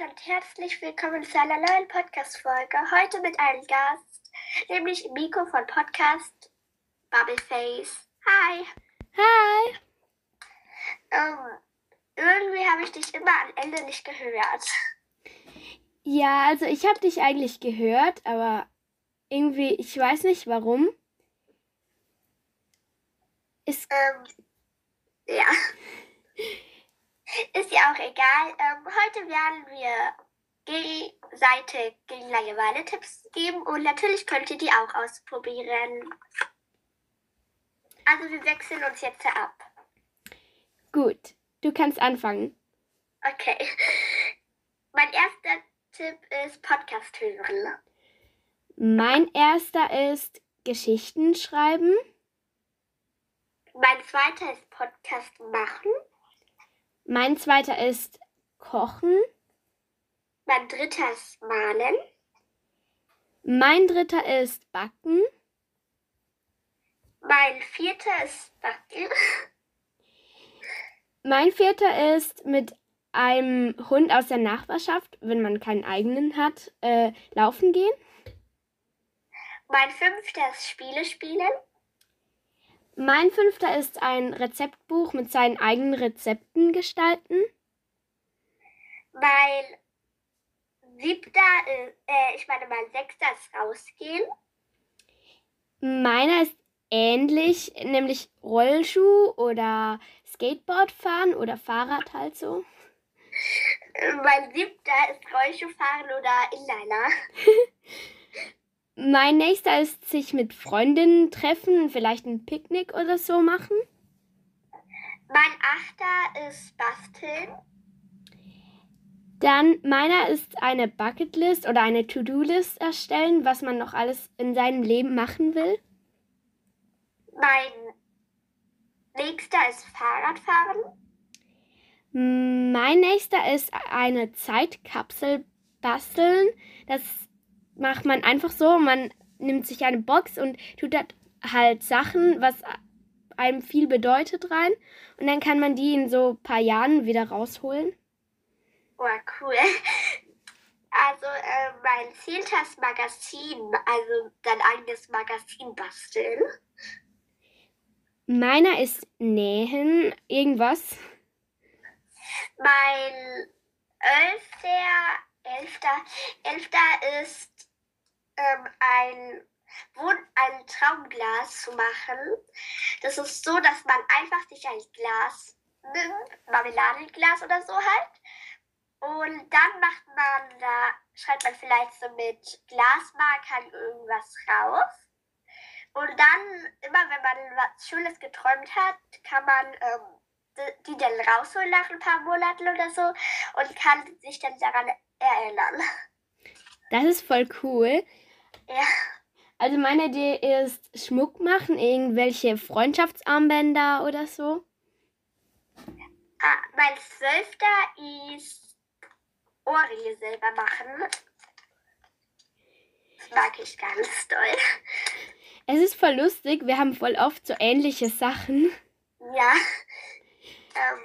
und herzlich willkommen zu einer neuen Podcast-Folge. Heute mit einem Gast, nämlich Miko von Podcast Bubbleface. Hi! Hi. Ähm, irgendwie habe ich dich immer am Ende nicht gehört. Ja, also ich habe dich eigentlich gehört, aber irgendwie, ich weiß nicht warum. Es, Ähm, ja. Ist ja auch egal. Ähm, heute werden wir gegenseitig gegen Langeweile Tipps geben und natürlich könnt ihr die auch ausprobieren. Also wir wechseln uns jetzt ab. gut, du kannst anfangen. Okay. Mein erster Tipp ist Podcast hören. Mein erster ist Geschichten schreiben. Mein zweiter ist Podcast machen. Mein zweiter ist Kochen. Mein dritter ist malen. Mein dritter ist Backen. Mein vierter ist backen. Mein vierter ist mit einem Hund aus der Nachbarschaft, wenn man keinen eigenen hat, äh, laufen gehen. Mein fünfter ist Spiele spielen. Mein fünfter ist ein Rezeptbuch mit seinen eigenen Rezepten gestalten. Mein siebter, ist, äh, ich meine, mein sechster ist rausgehen. Meiner ist ähnlich, nämlich Rollschuh oder Skateboard fahren oder Fahrrad halt so. Äh, Mein siebter ist Rollschuh fahren oder Inliner. Mein nächster ist sich mit Freundinnen treffen, vielleicht ein Picknick oder so machen. Mein achter ist basteln. Dann meiner ist eine Bucketlist oder eine To-Do-List erstellen, was man noch alles in seinem Leben machen will. Mein nächster ist Fahrradfahren. Mein nächster ist eine Zeitkapsel basteln. Das macht man einfach so. Man nimmt sich eine Box und tut da halt Sachen, was einem viel bedeutet, rein. Und dann kann man die in so ein paar Jahren wieder rausholen. Oh, cool. Also äh, mein zehnter ist Magazin, also dein eigenes Magazin basteln. Meiner ist Nähen, irgendwas. Mein elfter, elfter, elfter ist ähm, ein, Wohn ein Traumglas zu machen. Das ist so, dass man einfach sich ein Glas nimmt, Marmeladenglas oder so halt. Und dann macht man da, schreibt man vielleicht so mit Glasmarkern irgendwas rauf. Und dann, immer wenn man was Schönes geträumt hat, kann man ähm, d- die dann rausholen nach ein paar Monaten oder so und kann sich dann daran erinnern. Das ist voll cool. Ja. Also meine Idee ist Schmuck machen, irgendwelche Freundschaftsarmbänder oder so. Ah, mein zwölfter ist Ohrringe selber machen. Das mag ich ganz doll. Es ist voll lustig, wir haben voll oft so ähnliche Sachen. Ja. Ähm,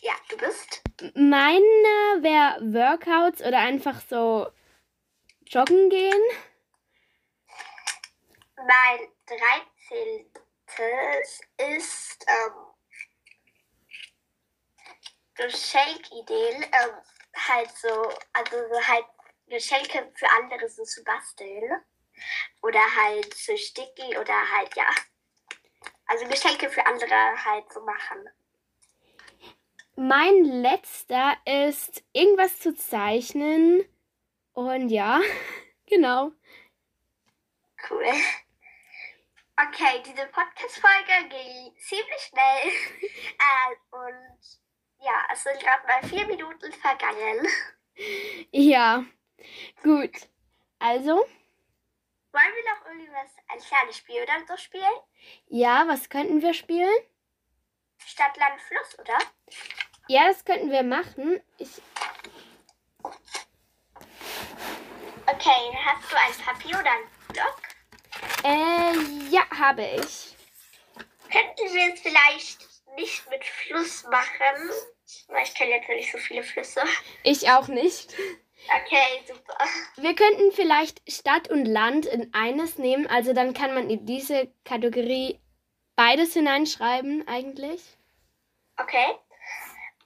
ja, du bist. Meiner wäre Workouts oder einfach so joggen gehen. Mein dreizehntes ist ähm, Geschenkideen. Ähm, halt so, also so halt Geschenke für andere so zu basteln. Oder halt zu sticken oder halt, ja. Also Geschenke für andere halt zu machen. Mein letzter ist irgendwas zu zeichnen. Und ja, genau. Cool. Okay, diese Podcast-Folge ging ziemlich schnell. äh, und ja, es sind gerade mal vier Minuten vergangen. Ja, gut. Also, Wollen wir noch irgendwas, ein kleines Spiel oder so spielen? ja, was könnten wir spielen? Stadt, Land, Fluss, oder? Ja, das könnten wir machen. Ich, Okay, hast du ein Papier oder einen Block? äh, ja, habe ich. Könnten wir es vielleicht nicht mit Fluss machen, Aber Ich kenne jetzt nicht so viele Flüsse. Ich auch nicht. Okay, super. Wir könnten vielleicht Stadt und Land in eines nehmen. Also dann kann man in diese Kategorie beides hineinschreiben eigentlich. Okay.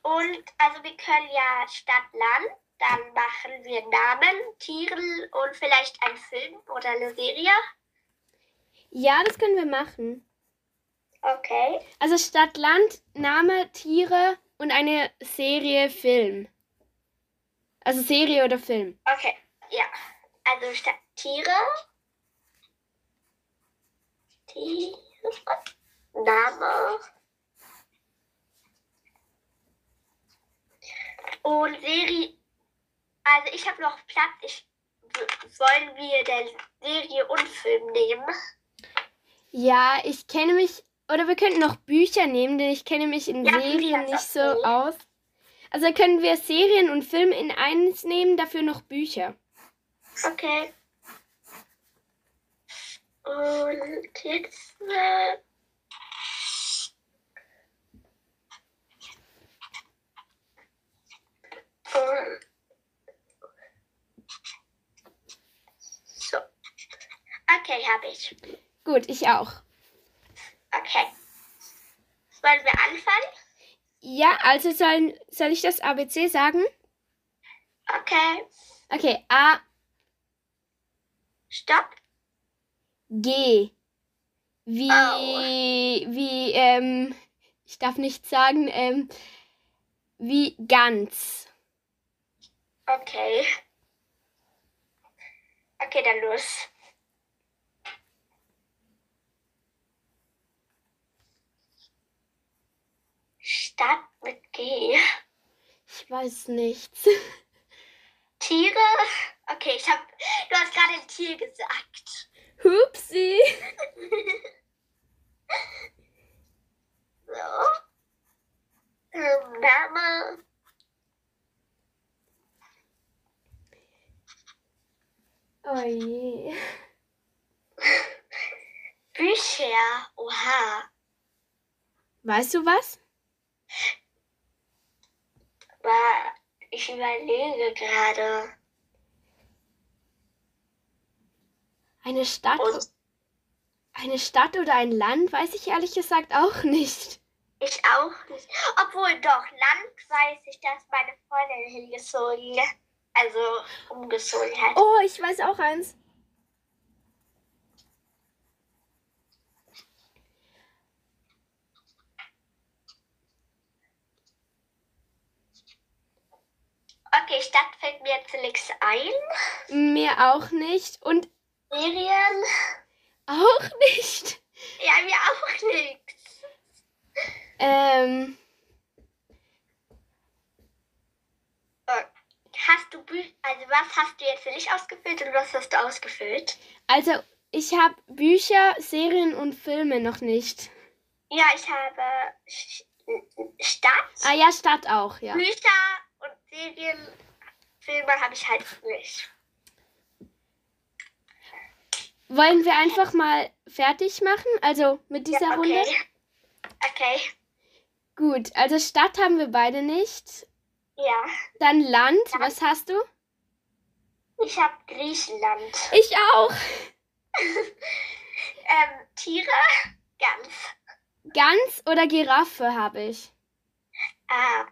Und also wir können ja Stadt, Land, dann machen wir Namen, Tiere und vielleicht einen Film oder eine Serie. Ja, das können wir machen. Okay. Also Stadt, Land, Name, Tiere und eine Serie, Film. Also Serie oder Film. Okay. Ja. Also Stadt, Tiere. Tiere. Name. Und Serie. Also ich habe noch Platz. Ich, wollen wir denn Serie und Film nehmen? Ja, ich kenne mich. Oder wir könnten noch Bücher nehmen, denn ich kenne mich in Ja, Bücher Serien ist nicht so auch gut. aus. Also können wir Serien und Film in eins nehmen, dafür noch Bücher. Okay. Und jetzt. Äh, und- so. Okay, habe ich. Gut, ich auch. Okay. Wollen wir anfangen? Ja, also sollen, soll ich das ABC sagen? Okay. Okay, A, Stopp. G. Wie, Au. wie, ähm, ich darf nicht sagen, ähm, wie ganz. Okay. Okay, dann los. Stadt mit G. Ich weiß nichts. Tiere? Okay, ich hab. Du hast gerade ein Tier gesagt. Hupsi. So. ne? Ähm, Name. Oh je. Bücher. Oha. Weißt du was? Wa- Ich überlege gerade. Eine Stadt, Und eine Stadt oder ein Land, weiß ich ehrlich gesagt auch nicht. Ich auch nicht. Obwohl doch, Land weiß ich, dass meine Freundin hingezogen, also umgezogen hat. Oh, ich weiß auch eins. Okay, Stadt fällt mir jetzt nichts ein. Mir auch nicht und Serien? auch nicht. Ja, mir auch nichts. Ähm, Hast du Bü also was hast du jetzt nicht ausgefüllt und was hast du ausgefüllt? also ich habe Bücher, Serien und Filme noch nicht. Ja, ich habe Sch- Stadt, Ah ja, Stadt auch, ja. Bücher und Serien. Filme habe ich halt nicht. Wollen wir einfach mal fertig machen? Also mit dieser Ja, Runde? okay. Okay, Gut, also Stadt haben wir beide nicht. ja. Dann Land, was hast du? Ich habe Griechenland. Ich auch. Ähm, Tiere? Ganz. Gans oder Giraffe habe ich. Ah,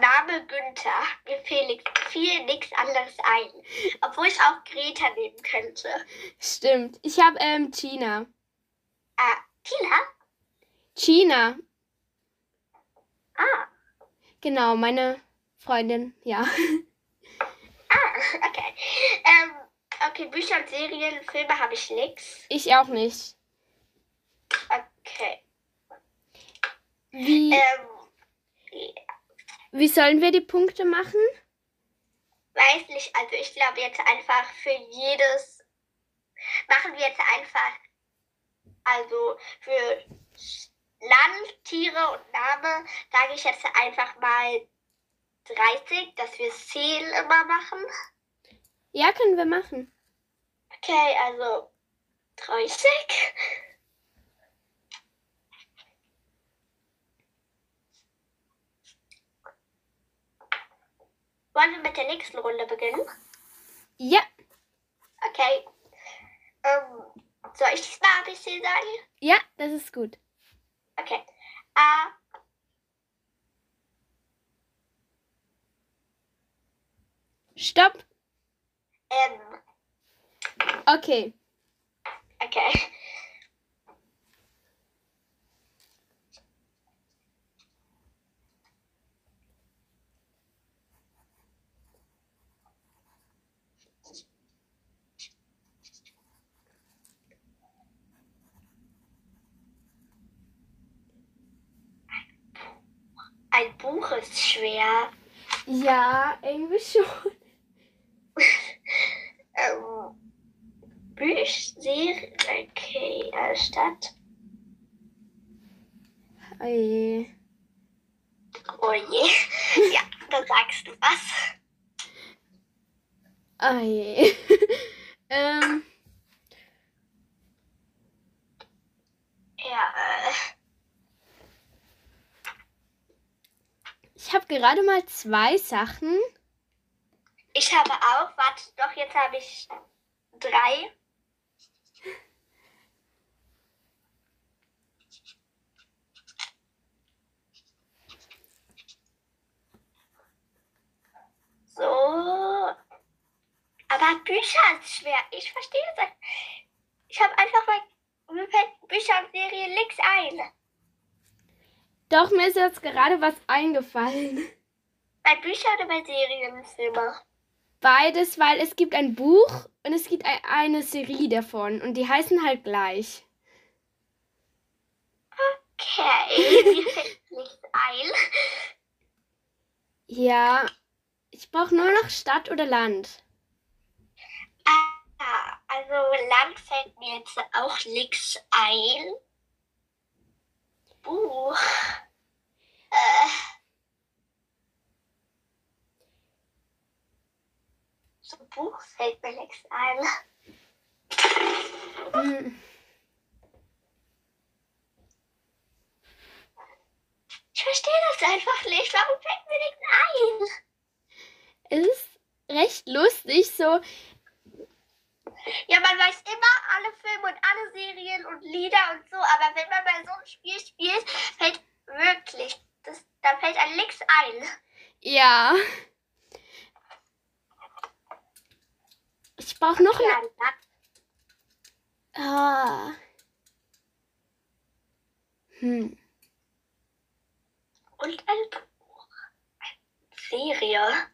Name Günther. Mir fehlt nix- viel nichts anderes ein. Obwohl ich auch Greta nehmen könnte. Stimmt. Ich habe ähm, China. Ah, Tina? China, Ah, genau, meine Freundin, ja. ah, okay. Ähm, okay, Bücher und Serien, Filme habe ich nix. Ich auch nicht. Okay. Wie, Ähm, wie sollen wir die Punkte machen? weiß nicht, also ich glaube jetzt einfach für jedes. Machen wir jetzt einfach. Also für Land, Tiere und Name sage ich jetzt einfach mal 30, dass wir Zählen immer machen. Ja, können wir machen. Okay, also 30. Wollen wir mit der nächsten Runde beginnen? Ja, Okay. Ähm, soll ich diesmal ABC sagen? ja, das ist gut. Okay. A. Stopp. M. Okay. Okay. Ein Buch ist schwer. Ja, irgendwie schon. Ähm, Büch, Serie, okay, äh, Stadt. Oje. Oh je. Ja, dann sagst du was. Oje. ähm, Ja, äh, ich habe gerade mal zwei Sachen. ich habe auch, warte doch, jetzt habe ich drei. So. Aber Bücher ist schwer. Ich verstehe das. Ich habe einfach mal mir fällt Bücher und Serien links ein. Doch, mir ist jetzt gerade was eingefallen. Bei Büchern oder bei Serienfilmen? Beides, weil es gibt ein Buch und es gibt ei- eine Serie davon und die heißen halt gleich. Okay, mir fällt nichts ein. Ja, ich brauche nur noch Stadt oder Land. Ah, also Land fällt mir jetzt auch nichts ein. Buch. Äh. So Buch fällt mir nichts ein. Hm. Ich verstehe das einfach nicht. Warum fällt mir nichts Es ist recht lustig, so. ein? Ja, man weiß immer alle Filme und alle Serien und Lieder und so, aber wenn man bei so einem Spiel spielt, fällt wirklich, das, da fällt einem nichts ein. Ja. Ich brauche noch Ja, eine. dann Ah. Hm. Und ein Buch. Eine Serie.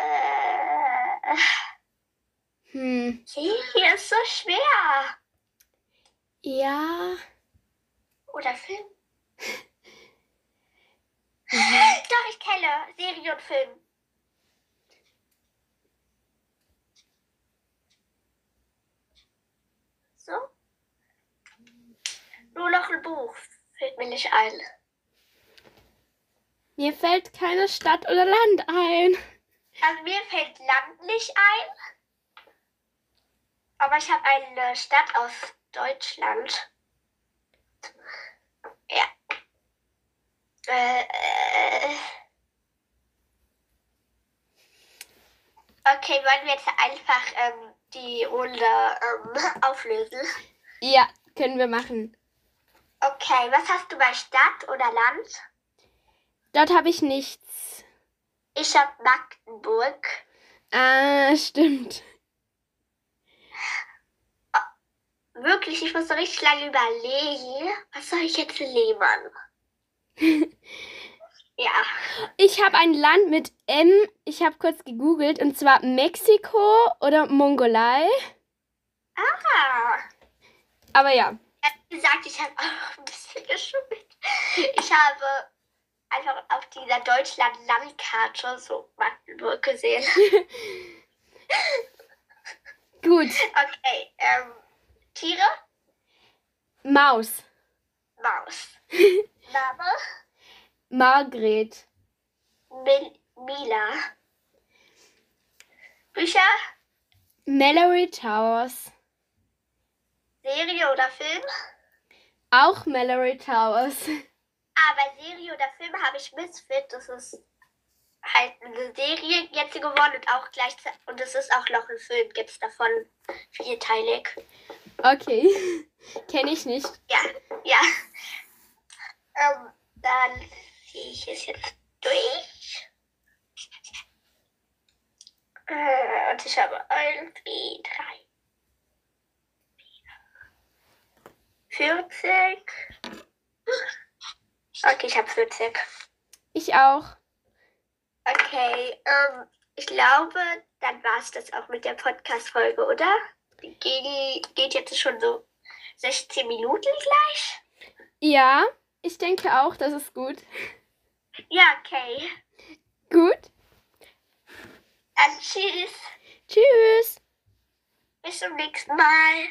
äh, Hm. Serie ist so schwer. Ja. Oder Film. Doch, ich kenne Serie und Film. So. Nur noch ein Buch. Fällt mir nicht ein. Mir fällt keine Stadt oder Land ein. Also mir fällt Land nicht ein. Aber ich habe eine Stadt aus Deutschland. Ja. Äh, äh. Okay, wollen wir jetzt einfach ähm, die Runde ähm, auflösen? Ja, können wir machen. Okay, was hast du bei Stadt oder Land? Dort habe ich nichts. Ich habe Magdeburg. Ah, stimmt. Wirklich, ich muss so richtig lange überlegen, was soll ich jetzt nehmen? ja, Ich habe ein Land mit M. Ich habe kurz gegoogelt und zwar Mexiko oder Mongolei. ah, Aber ja. ehrlich gesagt, ich habe auch ein bisschen geschummelt. Ich habe einfach auf dieser Deutschland-Landkarte so Magdeburg gesehen. Gut. Okay, ähm, Tiere, Maus. Maus. Name, Margret. Mil Mila. Bücher, Mallory Towers. Serie oder Film? Auch Mallory Towers. Aber Serie oder Film habe ich Misfit. Das ist halt eine Serie jetzt geworden und auch gleichzeitig. Und es ist auch noch ein Film, gibt es davon vierteilig. Okay. Kenne ich nicht. Ja, ja. Ähm, dann ziehe ich es jetzt durch. Äh, Und ich habe 1, 2, 3, 40. Okay, ich habe 40. Ich auch. Okay, ähm, ich glaube, dann war es das auch mit der Podcast-Folge, oder? Gegen, geht jetzt schon so 16 Minuten gleich? Ja, ich denke auch, das ist gut. Ja, okay. Gut. Dann tschüss. Tschüss. Bis zum nächsten Mal.